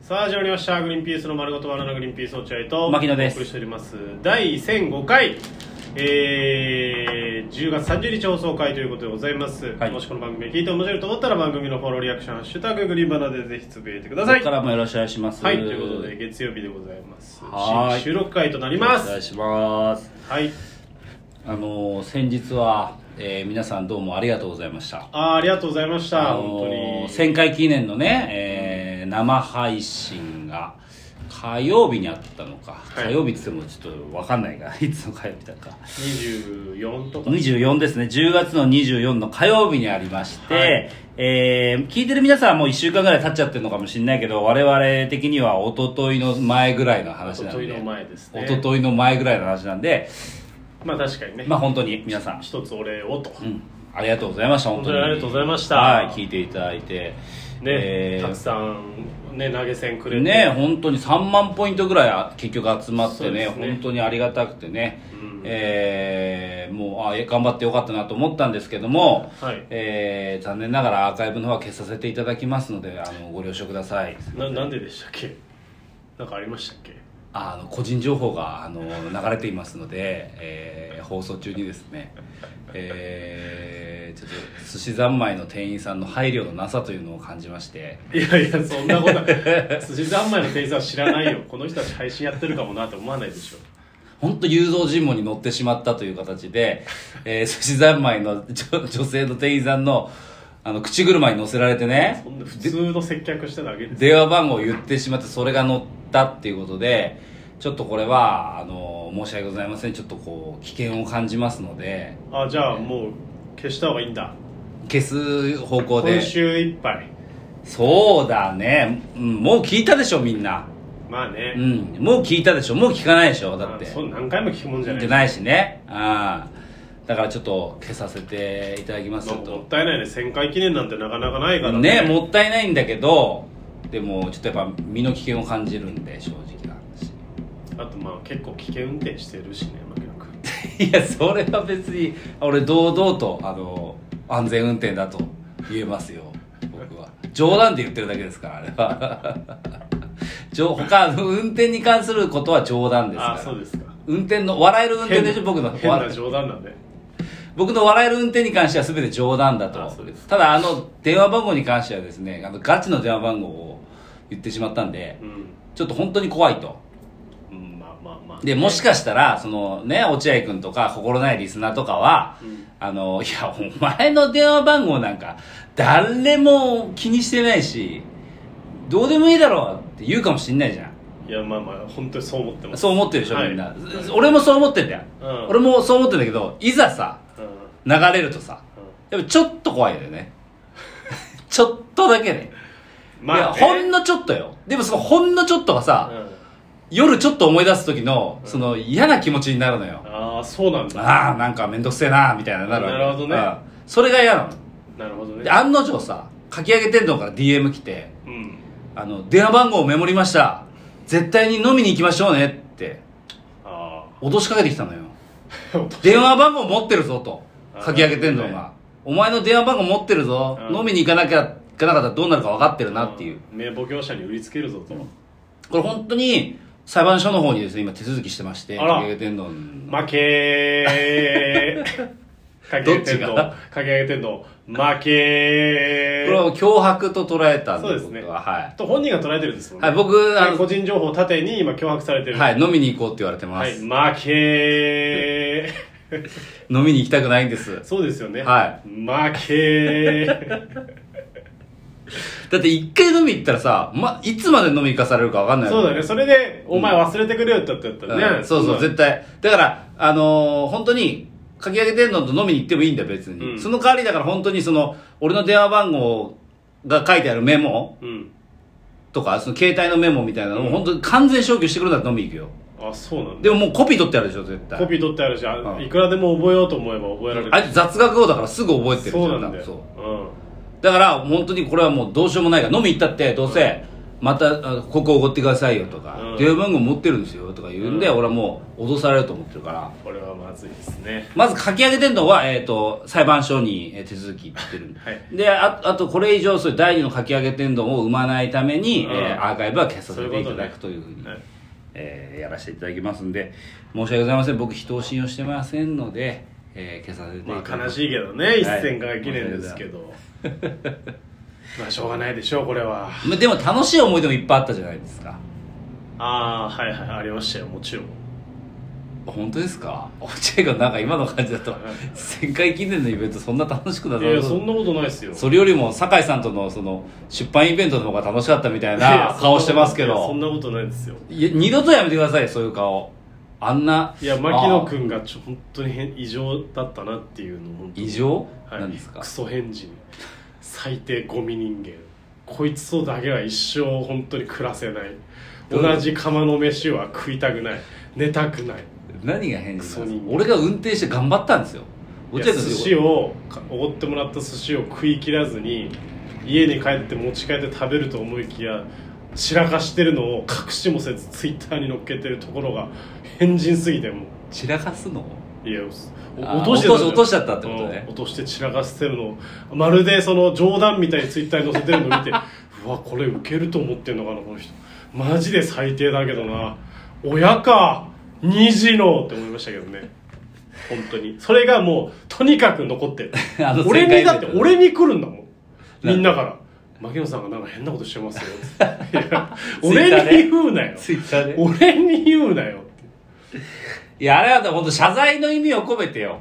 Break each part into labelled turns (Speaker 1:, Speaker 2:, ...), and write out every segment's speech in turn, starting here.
Speaker 1: さあ始まりました「グリーンピースの丸ごとバナナグリーンピースの茶屋と
Speaker 2: 牧野です
Speaker 1: お送りしております第1005回えー、10月30日放送回ということでございます、
Speaker 2: はい
Speaker 1: もしこの番組が聞いて面白いと思ったら番組のフォローリアクション「ハッシュタググリーンバナ」でぜひつぶやいてくだ
Speaker 2: こ
Speaker 1: さ
Speaker 2: れ
Speaker 1: い
Speaker 2: か
Speaker 1: は
Speaker 2: らもよろしくお願いします。
Speaker 1: いということで月曜日でございます
Speaker 2: はー
Speaker 1: 新
Speaker 2: い
Speaker 1: 収録回となりま
Speaker 2: お願い
Speaker 1: す
Speaker 2: します。
Speaker 1: はい
Speaker 2: あのー先日は、えー皆さんどうもありがとうございました。
Speaker 1: あーありがとうございました、
Speaker 2: あのー
Speaker 1: 本当に
Speaker 2: 1000回記念のね、えー生配信が火曜日にあったのか、
Speaker 1: い
Speaker 2: 火曜日って言ってもちょっとわかんないが いつの火曜日だか。
Speaker 1: 24とか
Speaker 2: 24ですね10月の24の火曜日にありまして、
Speaker 1: はい
Speaker 2: えー聞いてる皆さんはもう1週間ぐらい経っちゃってるのかもしれないけど我々的には一昨日の前ぐらいの話なんで
Speaker 1: 一昨日の前ですね
Speaker 2: 一昨日の前ぐらいの話なんで
Speaker 1: まあ確かにね、
Speaker 2: まあ本当に皆さん、
Speaker 1: 一つお礼をと、
Speaker 2: うん、ありがとうございました本当に
Speaker 1: 本当にありがとうございました
Speaker 2: はい聞いていただいて
Speaker 1: ね、
Speaker 2: えー
Speaker 1: たくさんね投げ銭くれて
Speaker 2: ね本当に3万ポイントぐらいあ結局集まっ
Speaker 1: そ
Speaker 2: て
Speaker 1: う
Speaker 2: ね
Speaker 1: ですね
Speaker 2: 本当にありがたくてね、
Speaker 1: うん
Speaker 2: えーもうあえ頑張ってよかったなと思ったんですけども、
Speaker 1: はい
Speaker 2: えー残念ながらアーカイブの方は消させていただきますのであのご了承ください
Speaker 1: ななんででしたっけなんかありましたっけ
Speaker 2: あの個人情報があの流れていますので、えー放送中にですね、えーちょっと寿司三昧の店員さんの配慮のなさというのを感じまして
Speaker 1: いやいやそんなこと ない辻三昧の店員さんは知らないよこの人たち配信やってるかもなって思わないでしょ
Speaker 2: 本当誘導尋問に乗ってしまったという形で、えー、寿司三昧の女女性の店員さんのあの口車に乗せられてね
Speaker 1: そんな普通の接客しただけです
Speaker 2: 電話番号を言ってしまってそれが乗ったっていうことでちょっとこれはあの申し訳ございませんちょっとこう危険を感じますので
Speaker 1: あじゃあもう消した方がいいんだ
Speaker 2: 消す方向で
Speaker 1: 今週いっぱい
Speaker 2: そうだね、うん、もう聞いたでしょみんな、
Speaker 1: まあね
Speaker 2: う、ん、もう聞いたでしょもう聞かないでしょだ
Speaker 1: ま
Speaker 2: っ
Speaker 1: あ
Speaker 2: て
Speaker 1: そん何回も聞くもんじゃ
Speaker 2: 聞い
Speaker 1: な
Speaker 2: て
Speaker 1: い
Speaker 2: ないしねああだからちょっと消させていただきます
Speaker 1: まあ
Speaker 2: と
Speaker 1: もったいないね1000回記念なんてなかなかないから
Speaker 2: ねもったいないんだけどでもちょっとやっぱ身の危険を感じるんで正直な話
Speaker 1: あとまあ結構危険運転してるしね牧野君
Speaker 2: いやそれは別に俺堂々とあの安全運転だと言えますよ僕は冗談で言ってるだけですからあれは じょ他の運転に関することは冗談ですから
Speaker 1: あそうですか
Speaker 2: 運転の笑える運転でしょ
Speaker 1: 変
Speaker 2: 僕の
Speaker 1: 変な冗談だね
Speaker 2: 僕の笑える運転に関しては全て冗談だ
Speaker 1: あ
Speaker 2: と
Speaker 1: そうです
Speaker 2: ただあの電話番号に関してはですねあのガチの電話番号を言ってしまったんで
Speaker 1: うん
Speaker 2: ちょっと本当に怖いと
Speaker 1: うんまあまあまあ
Speaker 2: でもしかしたらそのね落合君とか心ないリスナーとかは、
Speaker 1: うん
Speaker 2: あのいやお前の電話番号なんか誰も気にしてないしどうでもいいだろうって言うかもしんないじゃん
Speaker 1: いやまあまあ本当にそう思ってます
Speaker 2: そう思ってるでしょ、
Speaker 1: はい
Speaker 2: みんな俺もそう思ってんだよ、
Speaker 1: うん
Speaker 2: 俺もそう思ってんだけどいざさ
Speaker 1: うんうん
Speaker 2: 流れるとさやっぱちょっと怖いよね ちょっとだけね
Speaker 1: まあ
Speaker 2: いやほんのちょっとよでもそのほんのちょっとがさ、
Speaker 1: うん
Speaker 2: 夜ちょっと思い出す時の
Speaker 1: うん
Speaker 2: その嫌な気持ちになるのよ、
Speaker 1: ああそうなんだ
Speaker 2: ああなんか面倒くせえなみたいななるわけ
Speaker 1: なるほどね
Speaker 2: うんそれが嫌なの
Speaker 1: なるほどね
Speaker 2: で案の定さ書き上げてんのから DM 来て
Speaker 1: うん
Speaker 2: あの「電話番号をメモりました絶対に飲みに行きましょうね」って
Speaker 1: あ
Speaker 2: 脅しかけてきたのよ
Speaker 1: あ
Speaker 2: 電話番号持ってるぞと
Speaker 1: あ
Speaker 2: 書き上げてんの
Speaker 1: なるほどね
Speaker 2: がお前の電話番号持ってるぞ
Speaker 1: うん
Speaker 2: 飲みに行かなきゃ行かなかったらどうなるか分かってるなっていう
Speaker 1: 名簿業者に売りつけるぞと
Speaker 2: これ本当に裁判所の方にですね今手続きしてまして
Speaker 1: あら
Speaker 2: 書き上げてんの
Speaker 1: 負 けーかけ上げてん
Speaker 2: どっ
Speaker 1: の
Speaker 2: ちが
Speaker 1: かけ上げてんの負け
Speaker 2: これ
Speaker 1: ー
Speaker 2: を脅迫と捉えたんで
Speaker 1: そうですね
Speaker 2: 僕ははい
Speaker 1: と本人が捉えてるんですもんね
Speaker 2: はい僕あの
Speaker 1: 個人情報を盾に今脅迫されてる
Speaker 2: はい、飲みに行こうって言われてま
Speaker 1: はい
Speaker 2: す。
Speaker 1: 負けー
Speaker 2: 飲みに行きたくないんです。
Speaker 1: そうですよね
Speaker 2: はい
Speaker 1: 負け ー
Speaker 2: だって一回飲み行ったらさ、ま、いつまで飲み行かされるかわかんない
Speaker 1: そうだね。それで、お前忘れてくれよって言った
Speaker 2: う
Speaker 1: ら
Speaker 2: ん
Speaker 1: ね。
Speaker 2: そうそう、絶対。だから、あのー本当に、書き上げてんのと飲みに行ってもいいんだよ、別に。
Speaker 1: うん
Speaker 2: その代わりだから本当にその、俺の電話番号が書いてあるメモ
Speaker 1: うん。
Speaker 2: とか、その携帯のメモみたいなの
Speaker 1: う
Speaker 2: を
Speaker 1: ん
Speaker 2: 本当に完全消去してくるんだったら飲み行くよ。
Speaker 1: あ、そうなんだ。
Speaker 2: でももうコピー取ってあるでしょ、絶対。
Speaker 1: コピー取ってあるし、あ
Speaker 2: うん
Speaker 1: いくらでも覚えようと思えば覚えられる。
Speaker 2: あいつ雑学王だからすぐ覚えてるじゃ
Speaker 1: そうなんだよ。
Speaker 2: そう
Speaker 1: うん。
Speaker 2: だから本当にこれはもうどうしようもないから飲み行ったってどうせ、またあここおごってくださいよとか、
Speaker 1: うん
Speaker 2: 電話番号持ってるんですよとか言うんで、
Speaker 1: うん
Speaker 2: 俺はもう脅されると思ってるから
Speaker 1: これはまずいですね
Speaker 2: まず書き上げてるのは、えー、と裁判所にえー手続き行ってる、
Speaker 1: はい
Speaker 2: でああとこれ以上そういう第二の書き上げ天丼を生まないために、
Speaker 1: うん
Speaker 2: えーアーカイブは消さ
Speaker 1: そうい
Speaker 2: せ
Speaker 1: うこ
Speaker 2: てい
Speaker 1: と
Speaker 2: た
Speaker 1: ね
Speaker 2: だくというふうに
Speaker 1: はい
Speaker 2: えーやらせていただきますんで申し訳ございません僕人を信用してませんので、えー消させていただ
Speaker 1: ま
Speaker 2: きます
Speaker 1: あ悲しいけどね一戦から記念ですけどまあしょうがないでしょうこれは
Speaker 2: までも楽しい思い出もいっぱいあったじゃないですか
Speaker 1: ああはいはいありましたよもちろん
Speaker 2: 本当ですか落合君なんか今の感じだと1000回記念のイベントそんな楽しくなさ
Speaker 1: いや
Speaker 2: る
Speaker 1: そんなことないですよ
Speaker 2: それよりも酒井さんとのその出版イベントの方が楽しかったみたい
Speaker 1: いや
Speaker 2: な
Speaker 1: そんなこと
Speaker 2: 顔してますけ
Speaker 1: いやそ
Speaker 2: ど
Speaker 1: んなことないですよ
Speaker 2: いや二度とやめてくださいそういう顔あんない
Speaker 1: や牧野
Speaker 2: あ
Speaker 1: 君がちょ本当に変異常だったなっていうの本当に
Speaker 2: 異常、
Speaker 1: はい、
Speaker 2: なんですか
Speaker 1: クソ変人最低ゴミ人間こいつとだけは一生本当に暮らせない
Speaker 2: どういう
Speaker 1: 同じ釜の飯は食いたくない寝たくない
Speaker 2: 何が変
Speaker 1: ク
Speaker 2: です
Speaker 1: ソ
Speaker 2: か
Speaker 1: 人間
Speaker 2: 俺が運転して頑張ったんですよ
Speaker 1: い
Speaker 2: 落
Speaker 1: や
Speaker 2: 合君
Speaker 1: 寿司をかおごってもらった寿司を食い切らずに家に帰って持ち帰って食べると思いきや散らかしてるのを隠しもせずツイッターに載っけてるところが変人すぎても
Speaker 2: 散らかすの
Speaker 1: ういやお
Speaker 2: あー
Speaker 1: 落としてたんだよ
Speaker 2: 落とし落としちゃったってことね
Speaker 1: うん落として散らかしてるのをまるでその冗談みたいにツイッターに載せてるのを見 てうわこれウケると思ってんのかなこの人マジで最低だけどな親か2児のって思いましたけどね本当にそれがもうとにかく残ってる
Speaker 2: あの
Speaker 1: 俺にだって
Speaker 2: 世界で
Speaker 1: 俺に来るんだもん
Speaker 2: なん
Speaker 1: みんなから牧野さんがなんか変なことしてますよ っていや
Speaker 2: Twitter で
Speaker 1: 俺に言うなよ
Speaker 2: ツイッターで
Speaker 1: 俺に言うなよって
Speaker 2: いやあれは本当謝罪の意味を込めてよ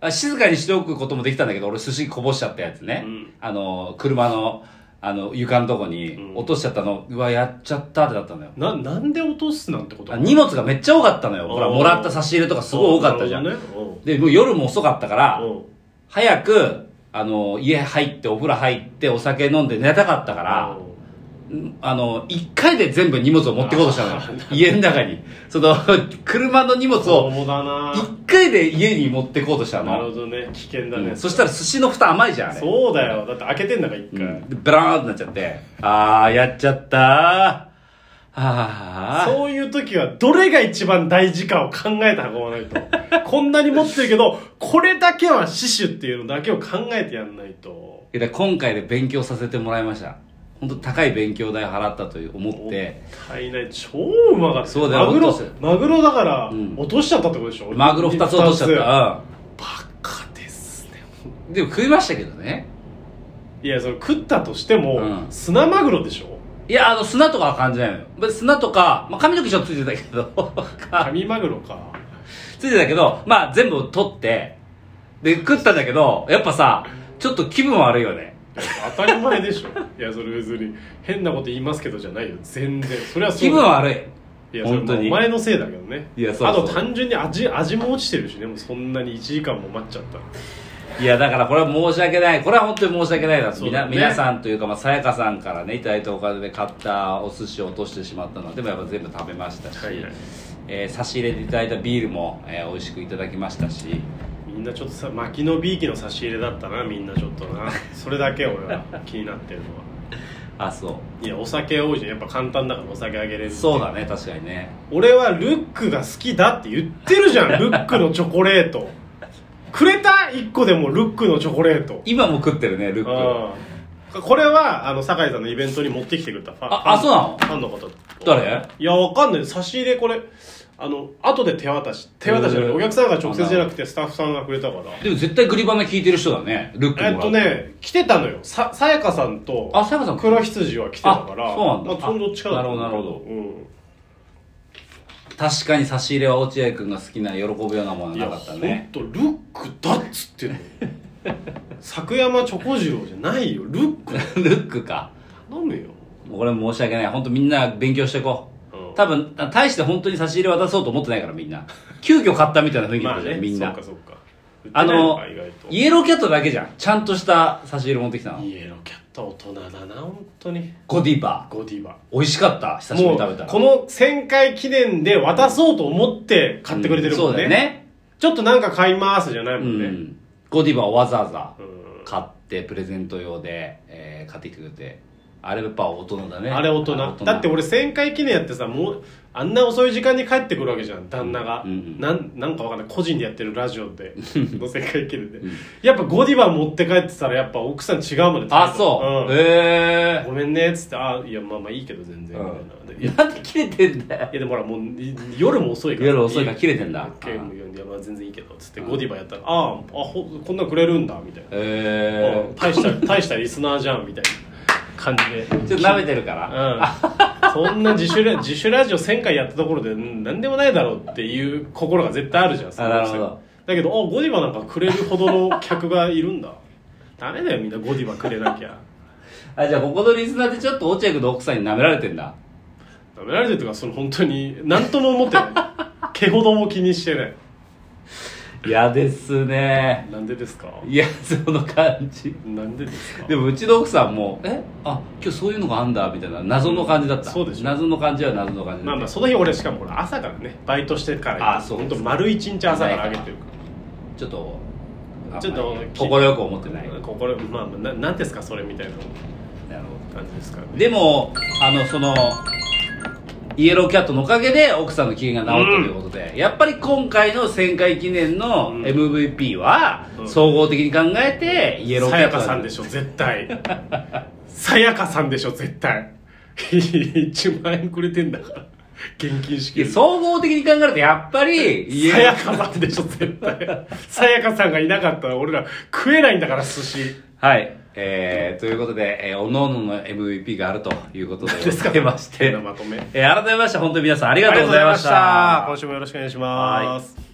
Speaker 2: あ静かにしておくこともできたんだけど俺寿司こぼしちゃったやつね、
Speaker 1: うん
Speaker 2: あの車のあの床のとこに
Speaker 1: ん
Speaker 2: 落としちゃったの、うわやっちゃったってなったのよ
Speaker 1: ななんで落とすなんてこと
Speaker 2: あ荷物がめっちゃ多かったのよほら
Speaker 1: おう
Speaker 2: もらった差し入れとかすごい多かったじゃん、
Speaker 1: なるほどね
Speaker 2: でもう夜も遅かったから
Speaker 1: おうおう
Speaker 2: 早くあの家入ってお風呂入ってお酒飲んで寝たかったから、
Speaker 1: おう
Speaker 2: あの、一回で全部荷物を持ってこうとしたのよ
Speaker 1: あー。
Speaker 2: 家の中に。その、車の荷物
Speaker 1: 子
Speaker 2: を、
Speaker 1: 供だな
Speaker 2: 一回で家に持ってこうとした
Speaker 1: なるほ
Speaker 2: の。
Speaker 1: どね危険だ
Speaker 2: う
Speaker 1: ね
Speaker 2: んそしたら寿司の蓋甘いじゃん、あれ。
Speaker 1: そうだよだって開けてんだから一
Speaker 2: う
Speaker 1: 回、
Speaker 2: ん。でブラーンってなっちゃって。あー、やっちゃったー。あ
Speaker 1: そういう時はどれが一番大事かを考えて運ばない とこんなに持ってるけどこれだけは死守っていうのだけを考えてやんないと
Speaker 2: ー。で今回で勉強させてもらいました。本当高い勉強代を払ったと思って、
Speaker 1: 体内超うまかった
Speaker 2: そうだよ
Speaker 1: マグ
Speaker 2: 落
Speaker 1: ロ
Speaker 2: とす
Speaker 1: マグロだから
Speaker 2: ん
Speaker 1: 落としちゃったってことでしょ、
Speaker 2: マグロ二つ落としちゃ
Speaker 1: 一発
Speaker 2: った。
Speaker 1: バカですね
Speaker 2: うん。でも食いましたけどね。
Speaker 1: いやその食ったとしても、
Speaker 2: うん
Speaker 1: 砂マグロでしょ
Speaker 2: いや、あの、砂とかは感じないのよ。別に砂とか、まあ、髪の毛ちょっとついてたけど、
Speaker 1: 紙マグロか
Speaker 2: ついてたけど、まあ全部取って、で、食ったんだけど、やっぱさ、ちょっと気分悪いよね。
Speaker 1: 当たり前でしょいやそれ別に変なこと言いますけどじゃないよ全然それはそう
Speaker 2: 気分悪い。
Speaker 1: いやそれ
Speaker 2: 本当に
Speaker 1: お前のせいだけどね
Speaker 2: いやそうそう
Speaker 1: あと単純に味味も落ちてるしねもうそんなに1時間も待っちゃったら
Speaker 2: いや、だからこれは申し訳ない。これは本当に申し訳ないな。
Speaker 1: そう
Speaker 2: み
Speaker 1: だ
Speaker 2: な
Speaker 1: ね
Speaker 2: 皆さんというか、まあ、さやかさんからね、いただいたお金で買ったお寿司を落としてしまったのは、でもやっぱ全部食べましたし、
Speaker 1: はいはい
Speaker 2: えー差し入れていただいたビールも、えー美味しくいただきましたし、
Speaker 1: みんなちょっとさ牧野ビーキの差し入れだったなみんなちょっとなそれだけ俺は気になってるのは
Speaker 2: あ、そ
Speaker 1: いやお酒多いじゃんやっぱ簡単だからお酒あげれる
Speaker 2: う。そうだね、確かにね。
Speaker 1: 俺はルックが好きだって言ってるじゃんルックのチョコレートくれた1個でもルックのチョコレート
Speaker 2: 今も食ってるね、ルック。
Speaker 1: うんこれはあの酒井さんのイベントに持ってきてくれたファン
Speaker 2: ああそうなの
Speaker 1: ファンの方
Speaker 2: 誰
Speaker 1: いやわかんない差し入れこれあの後で手渡し手渡しじゃない
Speaker 2: へー
Speaker 1: お客さんが直接じゃなくてスタッフさんがくれたから
Speaker 2: でも絶対グリバナ聞いてる人だね、ルックもら
Speaker 1: えっとね来てたのよささやかさんと
Speaker 2: あさやかさん
Speaker 1: 黒羊は来てたから
Speaker 2: あそうなんだ
Speaker 1: まあ、そのどっちかだ
Speaker 2: あなるほどなるほど
Speaker 1: うん
Speaker 2: 確かに差し入れは落合君が好きな喜ぶようなもの
Speaker 1: い
Speaker 2: は
Speaker 1: や
Speaker 2: なかった
Speaker 1: ほん
Speaker 2: ね
Speaker 1: とルックだっつってんの 作山チョコ次郎じゃないよルック
Speaker 2: ルックか
Speaker 1: 頼むよ
Speaker 2: 俺も申し訳ない本当みんな勉強していこう、
Speaker 1: うん
Speaker 2: 多分大して本当に差し入れ渡そうと思ってないからみんな急遽買ったみたいな雰囲気だっ
Speaker 1: まあ
Speaker 2: たじゃん、
Speaker 1: ね
Speaker 2: みんな
Speaker 1: そうかそうか売ってない
Speaker 2: あの
Speaker 1: か意外と
Speaker 2: イエローキャットだけじゃんちゃんとした差し入れ持ってきたの
Speaker 1: イエローキャット大人だな本当に
Speaker 2: ゴディバ
Speaker 1: ゴディバ
Speaker 2: ー美味しかった久しぶ
Speaker 1: も
Speaker 2: りに
Speaker 1: う
Speaker 2: 食べたら
Speaker 1: この1000回記念で渡そうと思って買ってくれてるもんね,、
Speaker 2: うんそうだよね
Speaker 1: ちょっとなんか買いますじゃないも
Speaker 2: うん
Speaker 1: ね、
Speaker 2: んゴディバをわざわざ
Speaker 1: うん
Speaker 2: 買ってプレゼント用で、えー買ってきてくれてあれやっぱ大人だね
Speaker 1: あれ大人だって俺旋回記念やってさもうあんな遅い時間に帰ってくるわけじゃん旦那が、
Speaker 2: うんうん
Speaker 1: なんなんかわかんない個人でやってるラジオでの旋回記念で、やっぱゴディバ持って帰ってたらやっぱ奥さん違うもんね
Speaker 2: あそう、
Speaker 1: ん
Speaker 2: ええ
Speaker 1: ごめんねっつって「あいやまあまあいいけど全然」みたいなでいや
Speaker 2: なんで切れてんだよ
Speaker 1: いやでもほらもうい夜も遅いから
Speaker 2: 夜遅いから切れてんだ
Speaker 1: ゲーム読んで「いやまあ全然いいけど」っつってゴディバやったら「ああほこんなんくれるんだ」みたいな
Speaker 2: え
Speaker 1: うん大した 大したリスナーじゃんみたいな感じで
Speaker 2: えちょっと舐めてるから
Speaker 1: うん、そんな自主 ラ自主ラジオ1000回やったところで、うん、何でもないだろうっていう心が絶対あるじゃんその人
Speaker 2: なるほど
Speaker 1: だけどあゴディバなんかくれるほどの客がいるんだダメだよみんなゴディバくれなきゃ
Speaker 2: あじゃあここのリスナーでちょっと落合君の奥さんに舐められてんだ
Speaker 1: ダメられてるとかその本当に何とも思っ てない毛ほども気にしてない
Speaker 2: 嫌ですね
Speaker 1: なんでですか
Speaker 2: いやその感じ
Speaker 1: なんでですか
Speaker 2: でもうちの奥さんも「えあ今日そういうのがあんだ」みたいな謎の感じだった、
Speaker 1: そうでしょ
Speaker 2: 謎の感じは謎の感じだ
Speaker 1: まあ
Speaker 2: った、
Speaker 1: まあその日俺しかもほら朝からねバイトしてから
Speaker 2: あそう
Speaker 1: 本当丸一日朝からあげてるから
Speaker 2: ちょっとあんまり
Speaker 1: ちょっと
Speaker 2: 快く思ってない、なる
Speaker 1: 心まあまあななんですかそれみたいな
Speaker 2: ほど
Speaker 1: 感じですからね
Speaker 2: でもあのそのイエローキャットのおかげで奥さんの機嫌が治ったということで、やっぱり今回の1000回記念の
Speaker 1: うん
Speaker 2: MVP は、
Speaker 1: うん
Speaker 2: 総合的に考えてイエローキ
Speaker 1: さ
Speaker 2: ャッ
Speaker 1: や
Speaker 2: ト
Speaker 1: かさんでしょ絶対 さやかさんでしょ絶対1万円くれてんだから現金支
Speaker 2: い
Speaker 1: 給
Speaker 2: や総合的に考えるとやっぱりイエ
Speaker 1: さ
Speaker 2: ロ
Speaker 1: や
Speaker 2: ー
Speaker 1: かさんでしょ絶対さやかさんがいなかったら俺ら食えないんだから寿司
Speaker 2: はいえー、ということで、えー、おののの MVP があるということでご
Speaker 1: ですか
Speaker 2: ざいまして
Speaker 1: こんなまとめ
Speaker 2: えー改めまして本当に皆さんありがとうございまし
Speaker 1: ありがとうございました今週もよろしくお願いします